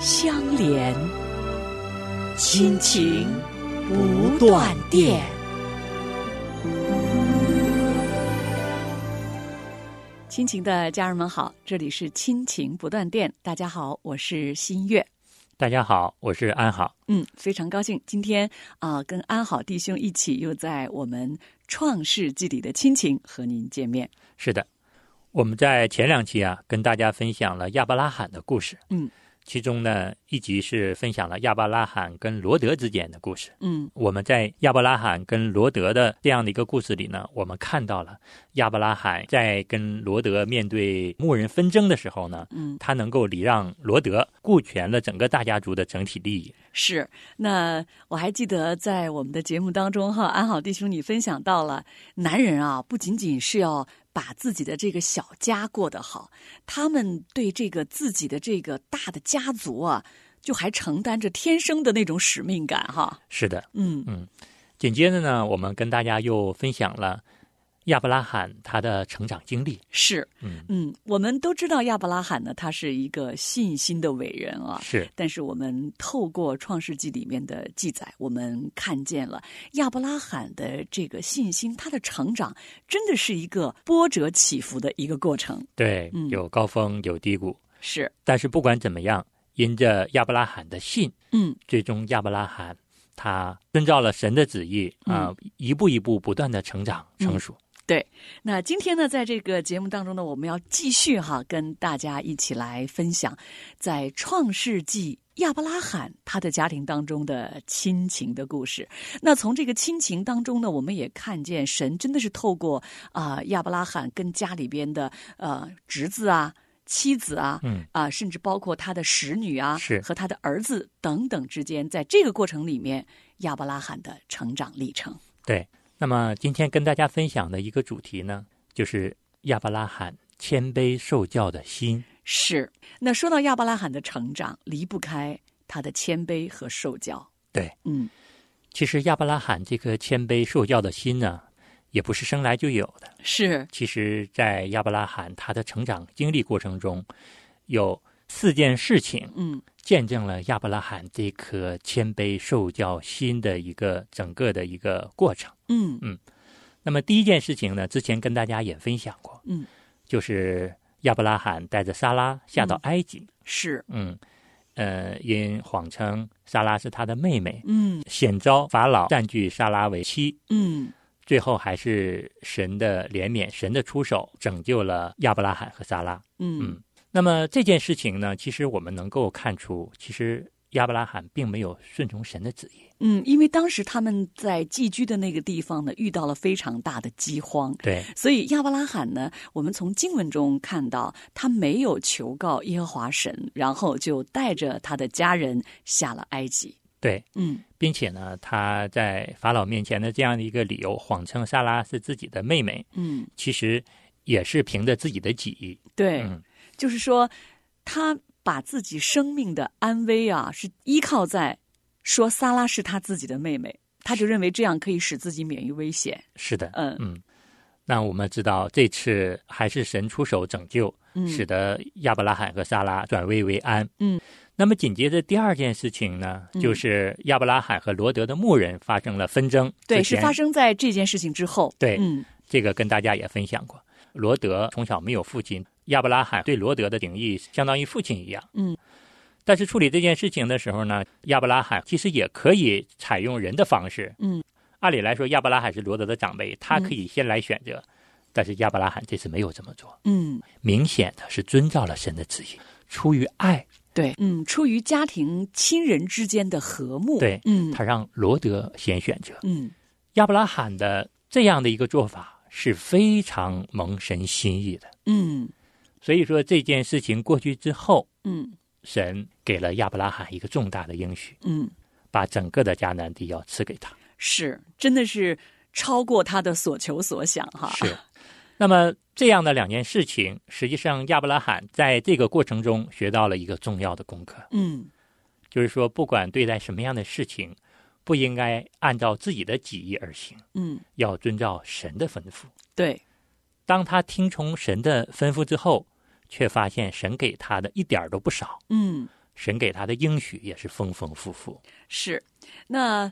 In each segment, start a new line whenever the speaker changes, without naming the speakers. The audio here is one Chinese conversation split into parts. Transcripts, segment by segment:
相连，亲情不断电。亲情的家人们好，这里是亲情不断电。大家好，我是新月。
大家好，我是安好。
嗯，非常高兴今天啊、跟安好弟兄一起又在我们创世纪里的亲情和您见面。
是的，我们在前两期啊，跟大家分享了亚伯拉罕的故事。
嗯，
其中呢，一集是分享了亚伯拉罕跟罗德之间的故事。
嗯
我们在亚伯拉罕跟罗德的这样的一个故事里呢，我们看到了亚伯拉罕在跟罗德面对牧人纷争的时候呢，
嗯，
他能够礼让罗德，顾全了整个大家族的整体利益。
是，那我还记得在我们的节目当中哈，安好弟兄你分享到了，男人啊不仅仅是要把自己的这个小家过得好，他们对这个自己的这个大的家族啊，就还承担着天生的那种使命感哈。
是的，
嗯
紧接着呢，我们跟大家又分享了亚伯拉罕他的成长经历。
是，
嗯，
嗯，我们都知道亚伯拉罕呢，他是一个信心的伟人啊，
是
但是我们透过《创世纪》里面的记载，我们看见了亚伯拉罕的这个信心，他的成长真的是一个波折起伏的一个过程。
对
嗯，
有高峰有低谷，
是，
但是不管怎么样，因着亚伯拉罕的信，
嗯，
最终亚伯拉罕他遵照了神的旨意啊、
嗯
一步一步不断的成长成熟。
那今天呢，在这个节目当中呢，我们要继续哈，跟大家一起来分享在《创世纪》亚伯拉罕他的家庭当中的亲情的故事。那从这个亲情当中呢，我们也看见神真的是透过啊、亚伯拉罕跟家里边的呃侄子啊、妻子啊，
嗯
啊、甚至包括他的使女啊，
是
和他的儿子等等之间，在这个过程里面，亚伯拉罕的成长历程。
对。那么今天跟大家分享的一个主题呢，就是亚伯拉罕谦卑受教的心。
是，那说到亚伯拉罕的成长，离不开他的谦卑和受教。
对，
嗯，
其实亚伯拉罕这颗谦卑受教的心呢，也不是生来就有的。
是，
其实，在亚伯拉罕他的成长经历过程中，有四件事情
嗯，
见证了亚伯拉罕这颗谦卑受教心的一个整个的一个过程。
嗯，
那么第一件事情呢，之前跟大家也分享过，
嗯，
就是亚伯拉罕带着莎拉下到埃及，
是，
嗯，呃，因谎称莎拉是他的妹妹，
嗯，
险遭法老占据莎拉为妻，
嗯，
最后还是神的怜悯，神的出手拯救了亚伯拉罕和莎拉。
嗯，
嗯那么这件事情呢，其实我们能够看出，其实亚伯拉罕并没有顺从神的旨意。
嗯，因为当时他们在寄居的那个地方呢，遇到了非常大的饥荒。
对，
所以亚伯拉罕呢，我们从经文中看到他没有求告耶和华神，然后就带着他的家人下了埃及。
对，
嗯，
并且呢，他在法老面前的这样的一个理由，谎称莎拉是自己的妹妹，
嗯，
其实也是凭着自己的己意。
对，
嗯，
就是说，他把自己生命的安危啊，是依靠在说萨拉是他自己的妹妹，他就认为这样可以使自己免于危险。
是的，
嗯
嗯。那我们知道，这次还是神出手拯救，
嗯，
使得亚伯拉罕和莎拉转危为安。
嗯，
那么紧接着第二件事情呢，
嗯
就是亚伯拉罕和罗德的牧人发生了纷争。
对，
之前
是发生在这件事情之后。
对
嗯
这个跟大家也分享过。罗德从小没有父亲，亚伯拉罕对罗德的情谊相当于父亲一样。
嗯，
但是处理这件事情的时候呢，亚伯拉罕其实也可以采用人的方式。
嗯，
按理来说，亚伯拉罕是罗德的长辈，他可以先来选择，但是亚伯拉罕这次没有这么做，
嗯，
明显的是遵照了神的旨意，出于爱，
对，嗯，出于家庭亲人之间的和睦。
对
嗯
他让罗德先选择。
嗯
亚伯拉罕的这样的一个做法是非常蒙神心意的。
嗯
所以说这件事情过去之后，
嗯
神给了亚伯拉罕一个重大的应许，
嗯，
把整个的迦南地要赐给他。
是，真的是超过他的所求所想哈。
是，那么这样的两件事情，实际上亚伯拉罕在这个过程中学到了一个重要的功课，
嗯，
就是说，不管对待什么样的事情，不应该按照自己的己意而行，
嗯，
要遵照神的吩咐。
对，
当他听从神的吩咐之后，却发现神给他的一点儿都不少，
嗯，
神给他的应许也是丰丰富富。
是。那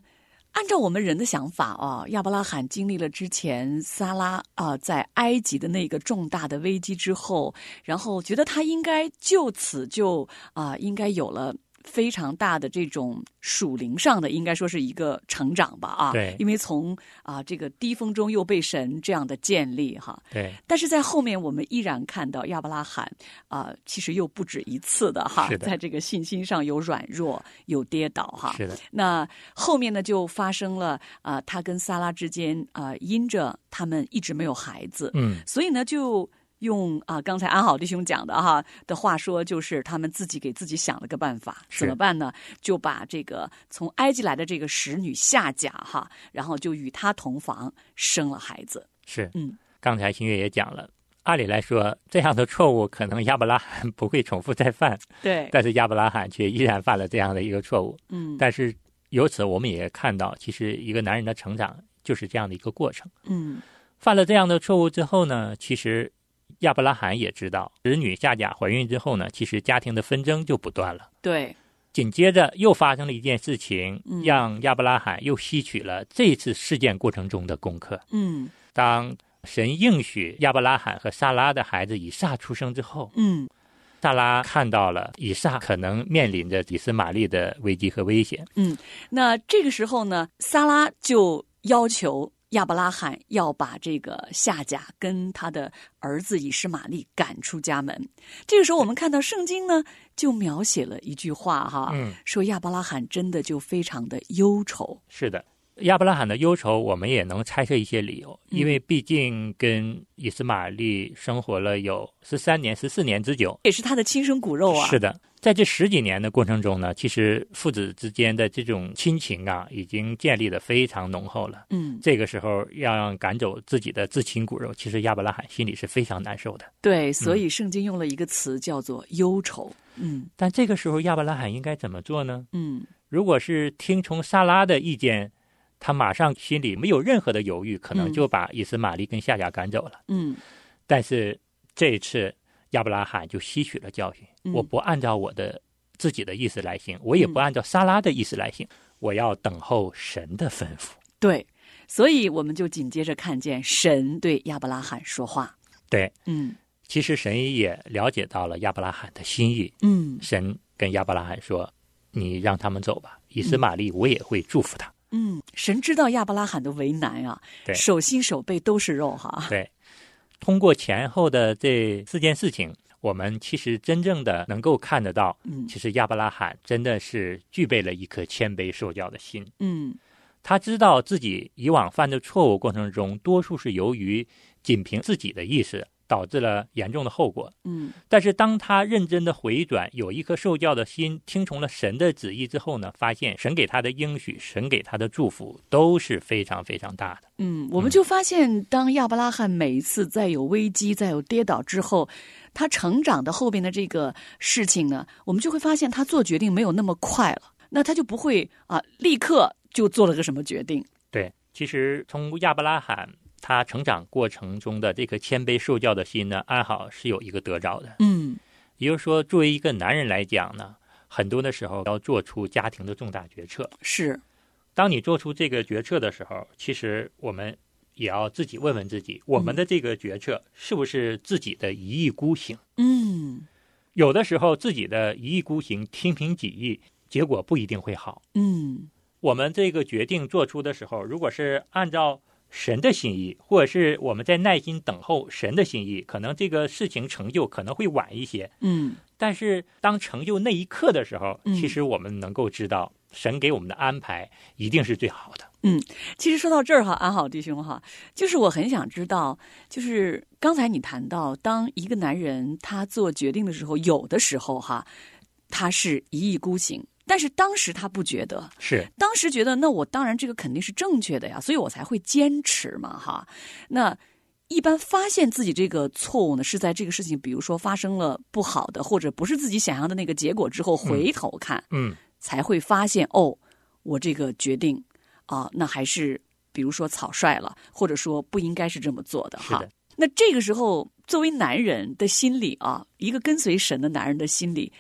按照我们人的想法啊，亚伯拉罕经历了之前撒拉啊、在埃及的那个重大的危机之后，然后觉得他应该就此就啊、应该有了。非常大的这种属灵上的，应该说是一个成长吧啊，
对
因为从啊、这个低峰中又被神这样的建立哈，
对，
但是在后面，我们依然看到亚伯拉罕啊、其实又不止一次的哈，
是的
在这个信心上有软弱，有跌倒哈。
是的，
那后面呢，就发生了啊、他跟萨拉之间啊、因着他们一直没有孩子，
嗯，
所以呢，就用啊、刚才安好弟兄讲的哈的话说，就是他们自己给自己想了个办法，
是
怎么办呢？就把这个从埃及来的这个使女夏甲哈，然后就与她同房，生了孩子。
是。
嗯，
刚才新月也讲了，按理来说，这样的错误可能亚伯拉罕不会重复再犯，
对，
但是亚伯拉罕却依然犯了这样的一个错误。
嗯
但是由此我们也看到，其实一个男人的成长就是这样的一个过程。
嗯。
犯了这样的错误之后呢，其实亚伯拉罕也知道，使女夏甲怀孕之后呢，其实家庭的纷争就不断了。
对，
紧接着又发生了一件事情
嗯，
让亚伯拉罕又吸取了这次事件过程中的功课。
嗯
当神应许亚伯拉罕和萨拉的孩子以撒出生之后，
嗯，
萨拉看到了以撒可能面临着以斯玛利的危机和危险。
那这个时候呢，萨拉就要求亚伯拉罕要把这个夏甲跟他的儿子以实玛利赶出家门。这个时候，我们看到圣经呢，就描写了一句话哈，
嗯
说亚伯拉罕真的就非常的忧愁。
是的，亚伯拉罕的忧愁，我们也能猜测一些理由，
嗯
因为毕竟跟以斯玛利生活了有十三年、十四年之久。
也是他的亲生骨肉啊，
是的，在这十几年的过程中呢，其实父子之间的这种亲情啊，已经建立的非常浓厚了。
嗯，
这个时候要让赶走自己的至亲骨肉，其实亚伯拉罕心里是非常难受的。
对，
嗯
所以圣经用了一个词叫做忧愁，嗯
但这个时候亚伯拉罕应该怎么做呢？
嗯，
如果是听从萨拉的意见，他马上心里没有任何的犹豫，可能
嗯
就把以斯玛利跟夏甲赶走了。
嗯
但是这一次亚伯拉罕就吸取了教训，
嗯
我不按照我的自己的意思来行，我也不按照萨拉的意思来行，我要等候神的吩咐。
对，所以我们就紧接着看见神对亚伯拉罕说话，
对，
嗯
其实神也了解到了亚伯拉罕的心意，
嗯
神跟亚伯拉罕说：“你让他们走吧，以斯玛利我也会祝福他。
嗯，神知道亚伯拉罕的为难啊，
对
手心手背都是肉哈。
对，通过前后的这四件事情，我们其实真正的能够看得到，
嗯
其实亚伯拉罕真的是具备了一颗谦卑受教的心。
嗯
他知道自己以往犯的错误过程中，多数是由于仅凭自己的意识导致了严重的后果。
嗯
但是当他认真的回转，有一颗受教的心，听从了神的旨意之后呢，发现神给他的应许，神给他的祝福都是非常非常大的。
嗯，我们就发现，当亚伯拉罕每一次在有危机、在有跌倒之后，他成长的后边的这个事情呢，我们就会发现他做决定没有那么快了，那他就不会啊、立刻就做了个什么决定。
对，其实从亚伯拉罕他成长过程中的这颗谦卑受教的心呢，安好是有一个得着的。
嗯
也就是说，作为一个男人来讲呢，很多的时候要做出家庭的重大决策。
是，
当你做出这个决策的时候，其实我们也要自己问问自己，我们的这个决策是不是自己的一意孤行？
嗯
有的时候自己的一意孤行、听凭己意，结果不一定会好。
嗯
我们这个决定做出的时候，如果是按照神的心意，或者是我们在耐心等候神的心意，可能这个事情成就可能会晚一些。
嗯
但是当成就那一刻的时候，
嗯
其实我们能够知道，神给我们的安排一定是最好的。
其实说到这儿哈，安好弟兄哈，就是我很想知道，就是刚才你谈到，当一个男人他做决定的时候，有的时候哈，他是一意孤行，但是当时他不觉得，
是
当时觉得那我当然这个肯定是正确的呀，所以我才会坚持嘛哈。那一般发现自己这个错误呢，是在这个事情，比如说发生了不好的，或者不是自己想象的那个结果之后，回头看、
嗯
才会发现哦，我这个决定啊、那还是比如说草率了，或者说不应该是这么做的
是
哈。
的，
那这个时候，作为男人的心理啊，一个跟随神的男人的心理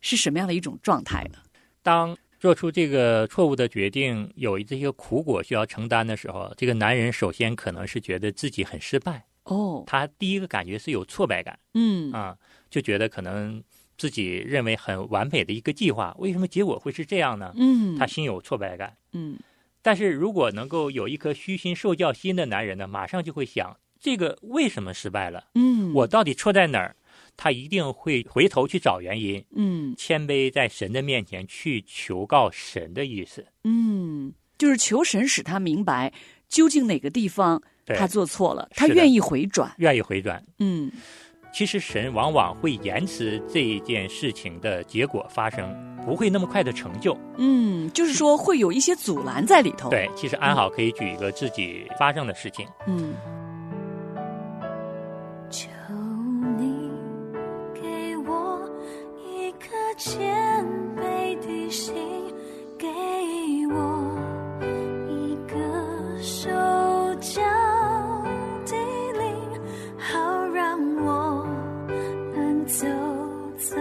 是什么样的一种状态呢？
当做出这个错误的决定，有这些苦果需要承担的时候，这个男人首先可能是觉得自己很失败，
哦，
他第一个感觉是有挫败感
嗯，
啊、就觉得可能自己认为很完美的一个计划，为什么结果会是这样呢？
嗯，
他心有挫败感。
嗯
但是如果能够有一颗虚心受教心的男人呢，马上就会想，这个为什么失败了？
嗯，
我到底错在哪儿？他一定会回头去找原因，
嗯
谦卑在神的面前去求告神的意思。
嗯，就是求神使他明白究竟哪个地方
对
他做错了，他
是的
愿意回转。
愿意回转。
嗯
其实神往往会延迟这一件事情的结果发生，不会那么快的成就。
嗯，就是说会有一些阻拦在里头。，
对，其实安好可以举一个自己发生的事情。
嗯
求你给我一颗谦卑的心，给我一个受教的灵，好让我能走在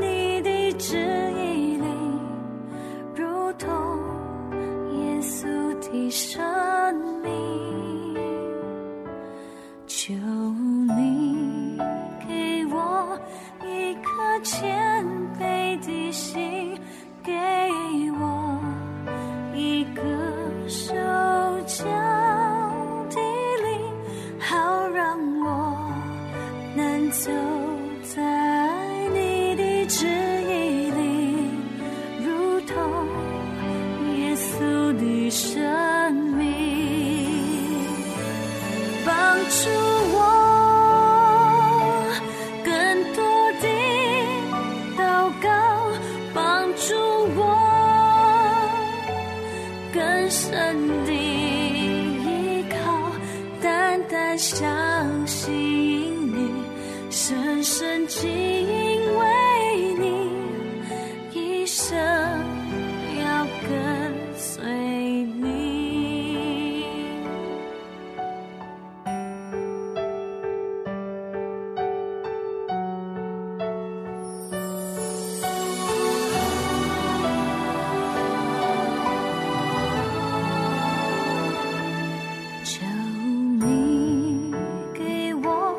你的旨意里，如同耶稣的生命。求你给我一颗谦卑的心，给我一个受教的灵，好让我能走在你的旨意里，如同耶稣的生命。帮助我更多的祷告，帮助我更深的依靠，单单相信你，深深敬畏你，一生要跟随你。求你给我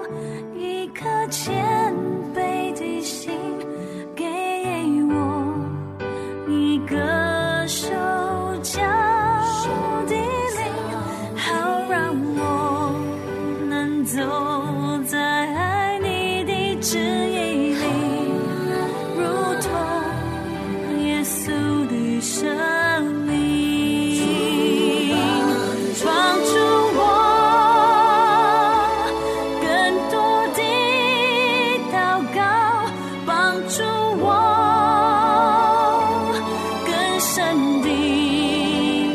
一颗谦卑的心，给我一个受教的灵，好让我能走在爱你的指引里，如同耶稣的生命。帮助我更多的祷告，帮助我更深的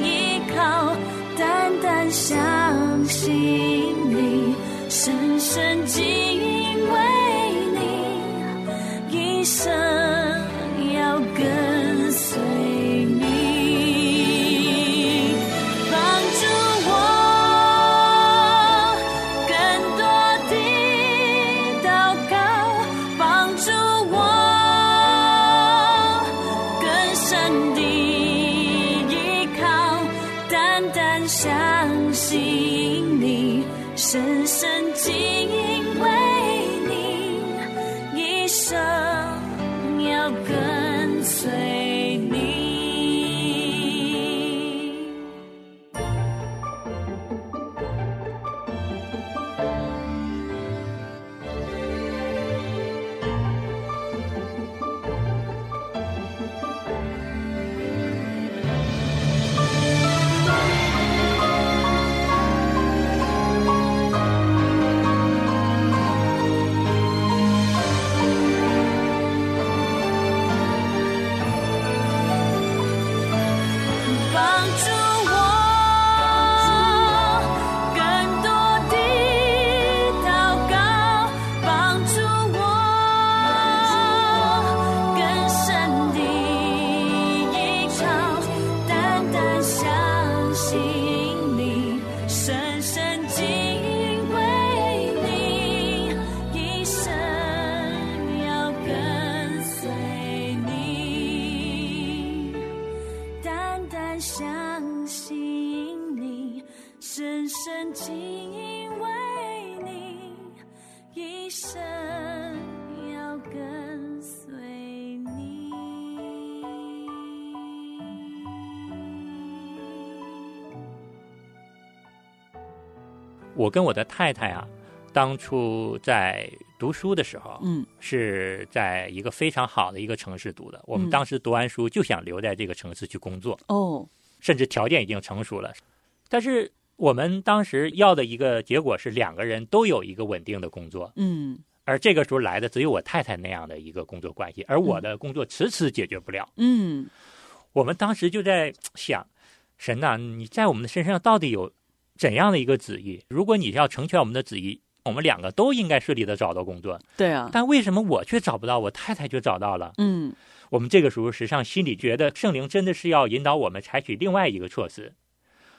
依靠，单单相信你，深深敬畏你，一生要跟随你。帮助我更多的祷告，帮助我更深的依靠，单单相信你，深深敬畏你，一生要跟随你。
我跟我的太太啊，当初在读书的时候，
嗯
是在一个非常好的一个城市读的。我
嗯
们当时读完书就想留在这个城市去工作，
哦
甚至条件已经成熟了。但是我们当时要的一个结果是，两个人都有一个稳定的工作，
嗯
而这个时候来的只有我太太那样的一个工作关系，而我的工作迟迟解决不了。
嗯
我们当时就在想，神呐、你在我们的身上到底有怎样的一个旨意？如果你要成全我们的旨意，我们两个都应该顺利的找到工作，
对啊
但为什么我却找不到，我太太却找到了？
嗯
我们这个时候实际上心里觉得圣灵真的是要引导我们采取另外一个措施。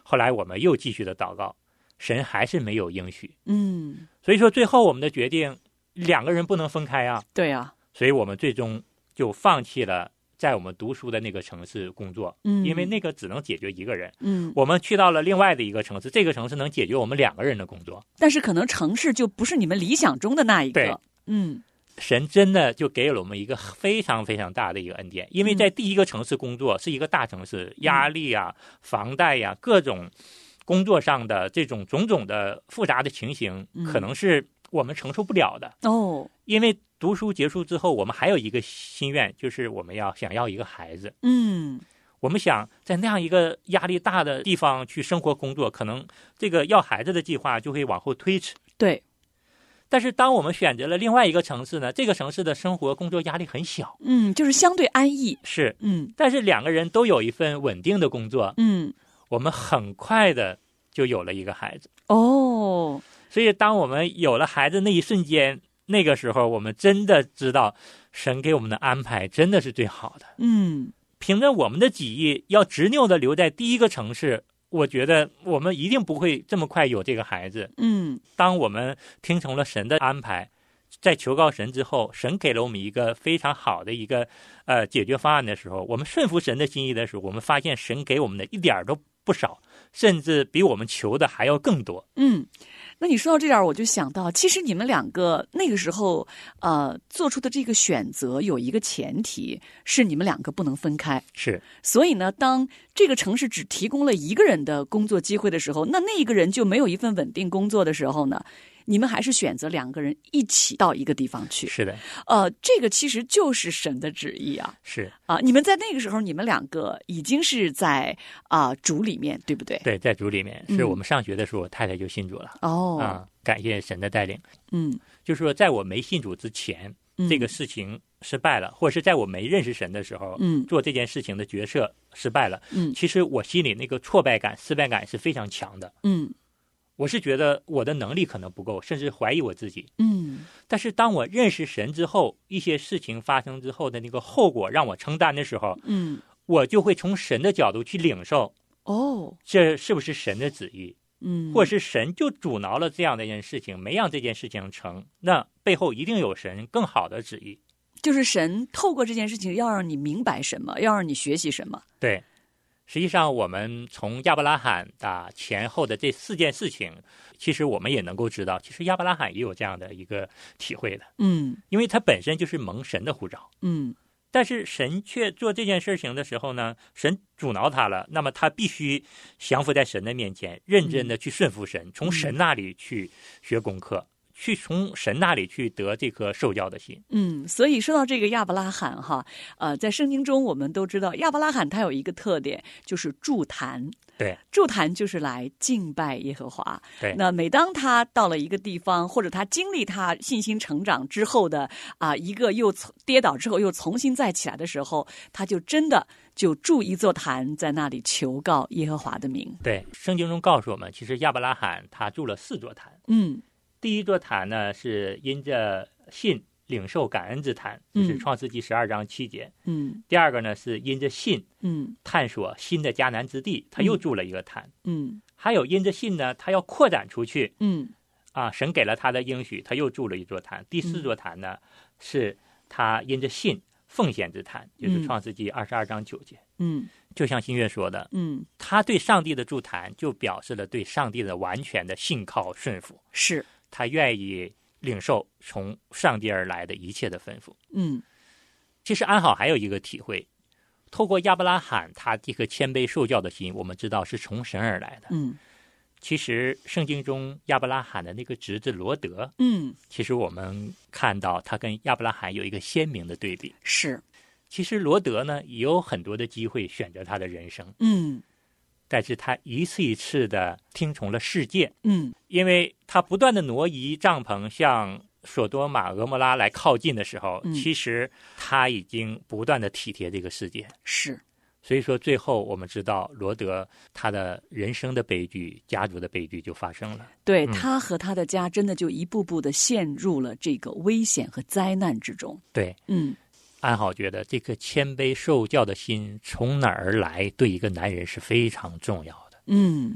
后来我们又继续的祷告，神还是没有应许。
嗯
所以说最后我们的决定，两个人不能分开啊，
对啊
所以我们最终就放弃了在我们读书的那个城市工作，
嗯
因为那个只能解决一个人。
嗯，
我们去到了另外的一个城市，这个城市能解决我们两个人的工作。
但是可能城市就不是你们理想中的那一
对
个，嗯
神真的就给了我们一个非常非常大的一个恩典，因为在
嗯
第一个城市工作是一个大城市，压力啊、房贷呀、各种工作上的这种种种的复杂的情形
嗯，
可能是我们承受不了的。
哦
因为读书结束之后，我们还有一个心愿，就是我们要想要一个孩子。
嗯
我们想在那样一个压力大的地方去生活工作，可能这个要孩子的计划就会往后推迟。
对
但是当我们选择了另外一个城市呢，这个城市的生活工作压力很小，
嗯，就是相对安逸，
是，
嗯
但是两个人都有一份稳定的工作，
嗯
我们很快的就有了一个孩子。
哦
所以当我们有了孩子那一瞬间，那个时候我们真的知道神给我们的安排真的是最好的。
嗯
凭着我们的己意，要执拗的留在第一个城市，我觉得我们一定不会这么快有这个孩子。
嗯
当我们听从了神的安排，在求告神之后，神给了我们一个非常好的一个呃解决方案的时候，我们顺服神的心意的时候，我们发现神给我们的一点儿都不少，甚至比我们求的还要更多。
嗯，那你说到这点儿，我就想到，其实你们两个那个时候，呃，做出的这个选择有一个前提是你们两个不能分开。
是
所以呢，当这个城市只提供了一个人的工作机会的时候，那那一个人就没有一份稳定工作的时候呢，你们还是选择两个人一起到一个地方去。
是的，
呃，这个其实就是神的旨意啊
是
啊！你们在那个时候，你们两个已经是在啊、主里面，对不对？
对，在主里面，是我们上学的时候，我太太就信主了
哦，
啊、感谢神的带领。
嗯，
就是说，在我没信主之前，
嗯
这个事情失败了，或者是在我没认识神的时候，
嗯
做这件事情的决策失败了，
嗯
其实我心里那个挫败感、失败感是非常强的。
嗯
我是觉得我的能力可能不够，甚至怀疑我自己。
嗯
但是当我认识神之后，一些事情发生之后的那个后果让我承担的时候，
嗯，
我就会从神的角度去领受，
哦，
这是不是神的旨意？
嗯，
或是神就阻挠了这样的一件事情，没让这件事情成，那背后一定有神更好的旨意。
就是神透过这件事情要让你明白什么，要让你学习什么。
对，实际上我们从亚伯拉罕啊前后的这四件事情，其实我们也能够知道，其实亚伯拉罕也有这样的一个体会的，
嗯
因为他本身就是蒙神的呼召。
嗯
但是神却做这件事情的时候呢，神阻挠他了，那么他必须降服在神的面前，认真的去顺服神，从神那里去学功课，去从神那里去得这颗受教的心。
嗯，所以说到这个亚伯拉罕哈，呃，在圣经中我们都知道亚伯拉罕他有一个特点，就是筑坛。
对，
筑坛就是来敬拜耶和华。
对
那每当他到了一个地方，或者他经历他信心成长之后的啊、一个又从跌倒之后又重新再起来的时候，他就真的就筑一座坛，在那里求告耶和华的名。
对，圣经中告诉我们，其实亚伯拉罕他住了四座坛。
嗯
第一座坛呢是因着信领受感恩之坛，这是
嗯
创世纪十二章七节；
嗯
第二个呢是因着信
嗯
探索新的迦南之地，他又
嗯
住了一个坛；
嗯
还有因着信呢，他要扩展出去
嗯
啊，神给了他的应许，他又住了一座坛。第四座坛呢、是他因着信奉献之坛，就是
嗯
创世纪二十二章九节。
嗯
就像新月说的，
嗯，
他对上帝的祝坛就表示了对上帝的完全的信靠顺服。
是，
他愿意领受从上帝而来的一切的吩咐。
嗯
其实安好还有一个体会，透过亚伯拉罕他这个谦卑受教的心，我们知道是从神而来的。
嗯
其实圣经中亚伯拉罕的那个侄子罗德，
嗯，
其实我们看到他跟亚伯拉罕有一个鲜明的对比。
是，
其实罗德呢也有很多的机会选择他的人生，
嗯
但是他一次一次的听从了世界，
嗯
因为他不断的挪移帐篷向索多玛、俄摩拉来靠近的时候，
嗯
其实他已经不断的体贴这个世界。
是，
所以说，最后我们知道罗德他的人生的悲剧、家族的悲剧就发生了。
对、
嗯
他和他的家真的就一步步的陷入了这个危险和灾难之中。
对，
嗯，
安好觉得这个谦卑受教的心从哪儿来，对一个男人是非常重要的。
嗯，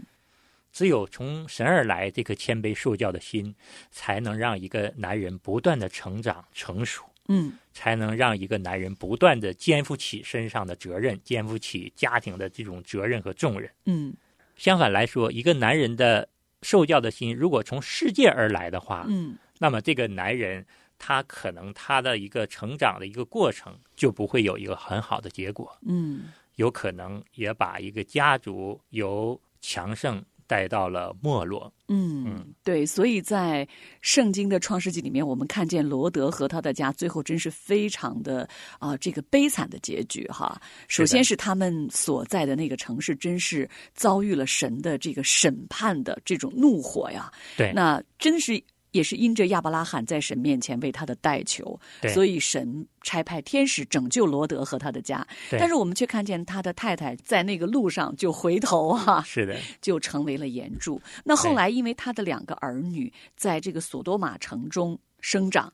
只有从神而来这个谦卑受教的心，才能让一个男人不断的成长成熟，
嗯，
才能让一个男人不断的肩负起身上的责任，肩负起家庭的这种责任和重任。
嗯，
相反来说，一个男人的受教的心，如果从世界而来的话，
嗯，
那么这个男人他可能他的一个成长的一个过程就不会有一个很好的结果，
嗯，
有可能也把一个家族由强盛带到了没落。
嗯，对，所以在圣经的创世纪里面，我们看见罗德和他的家最后真是非常的啊、这个悲惨的结局哈。首
是的
先是他们所在的那个城市，真是遭遇了神的这个审判的这种怒火呀。
对，
那真是也是因着亚伯拉罕在神面前为他的代求，
对
所以神差派天使拯救罗德和他的家。
对
但是我们却看见他的太太在那个路上就回头哈、
是的，
就成为了岩柱。那后来，因为他的两个儿女在这个索多玛城中生长，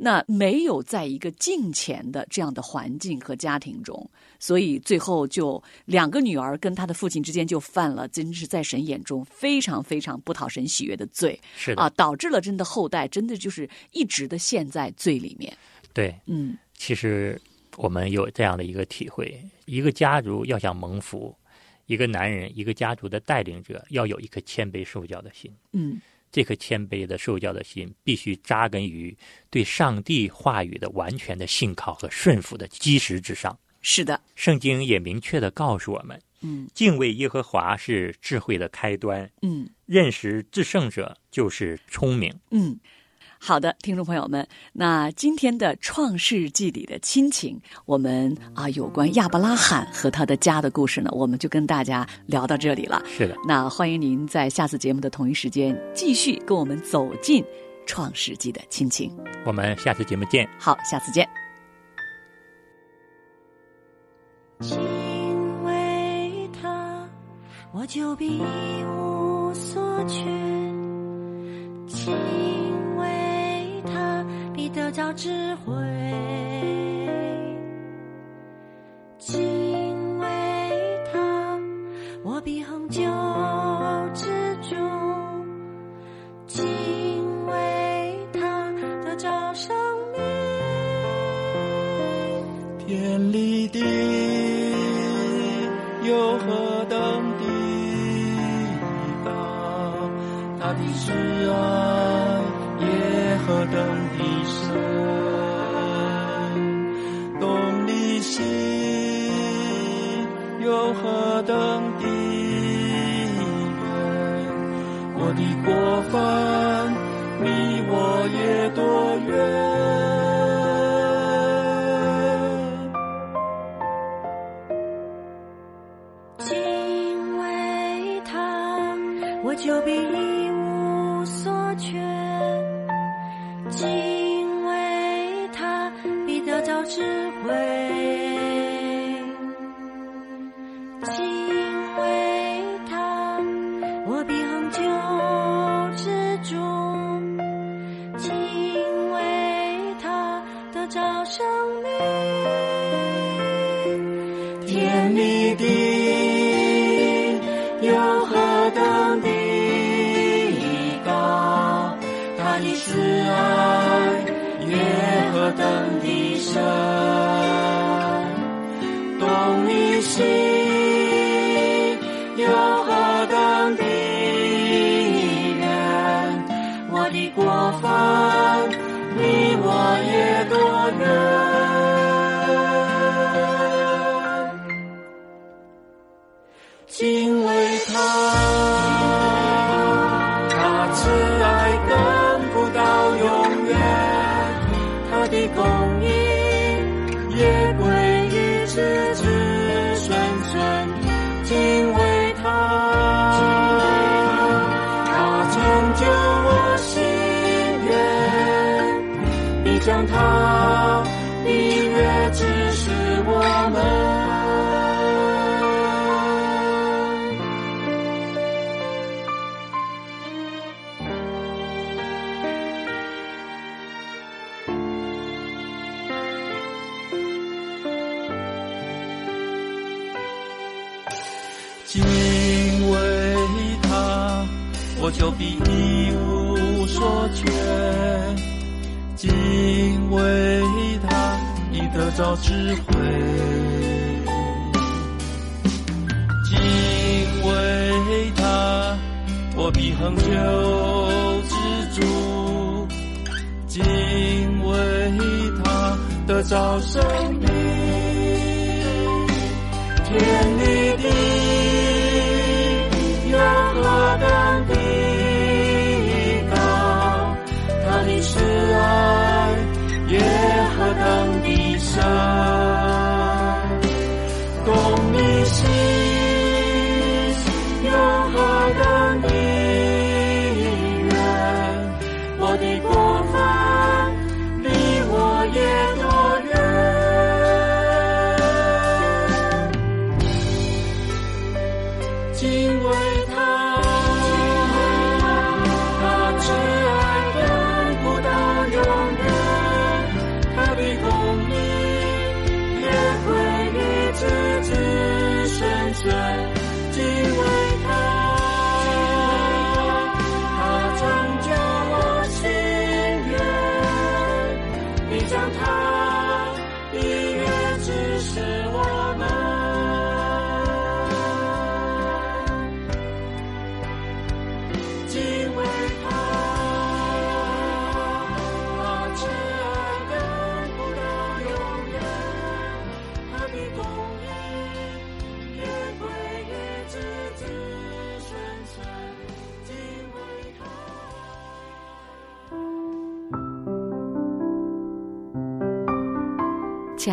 那没有在一个敬虔的这样的环境和家庭中，所以最后就两个女儿跟他的父亲之间就犯了，真是在神眼中非常非常不讨神喜悦的罪
是的，
啊，导致了真的后代真的就是一直的陷在罪里面。
对。
嗯
其实我们有这样的一个体会：一个家族要想蒙福，一个男人，一个家族的带领者，要有一颗谦卑受教的心。
嗯
这颗谦卑的受教的心，必须扎根于对上帝话语的完全的信靠和顺服的基石之上。
是的，
圣经也明确的告诉我们，
嗯
敬畏耶和华是智慧的开端，
嗯。
认识至圣者就是聪明。
嗯，好的，听众朋友们，那今天的《创世纪》里的亲情，我们啊有关亚伯拉罕和他的家的故事呢，我们就跟大家聊到这里了。
是的，
那欢迎您在下次节目的同一时间继续跟我们走进《创世纪》的亲情。
我们下次节目见。
好，下次见。
因为他，我就必无所缺；因为他，必得着智慧；因为他，我必恒久之主；因为他，得着生命。
天离地，有何等地大？他的慈爱也何等的深？东离西，有何等的远？我的过犯，你我也多远？
因为他，我就必一无所缺；因为他，必得着智慧；因为他，我必恒久之主；因为他，得着生命。
天离地，有何等的高？他的慈爱也何等的深？东离西，有何等的远？我的过犯，你我也多远？敬畏他。风雨，也归于赤子纯真，敬畏他，他成就我心愿，必将他的约指示我们。敬畏他，我就必一无所缺。敬畏他，必得着智慧。敬畏他，我必恒久知足。敬畏他，得着生命。天与地有何等的高，他的慈爱也何等的深，公的心有何等的远，我的过犯离我也多远。敬畏他，他挚爱亘古到永远，他的公义也归于子子孙孙。敬畏他，他成就我心愿，必将他的约指示我们。敬畏他，他挚爱亘古到永远，他的公义也归于子子孙孙。敬畏他。
亲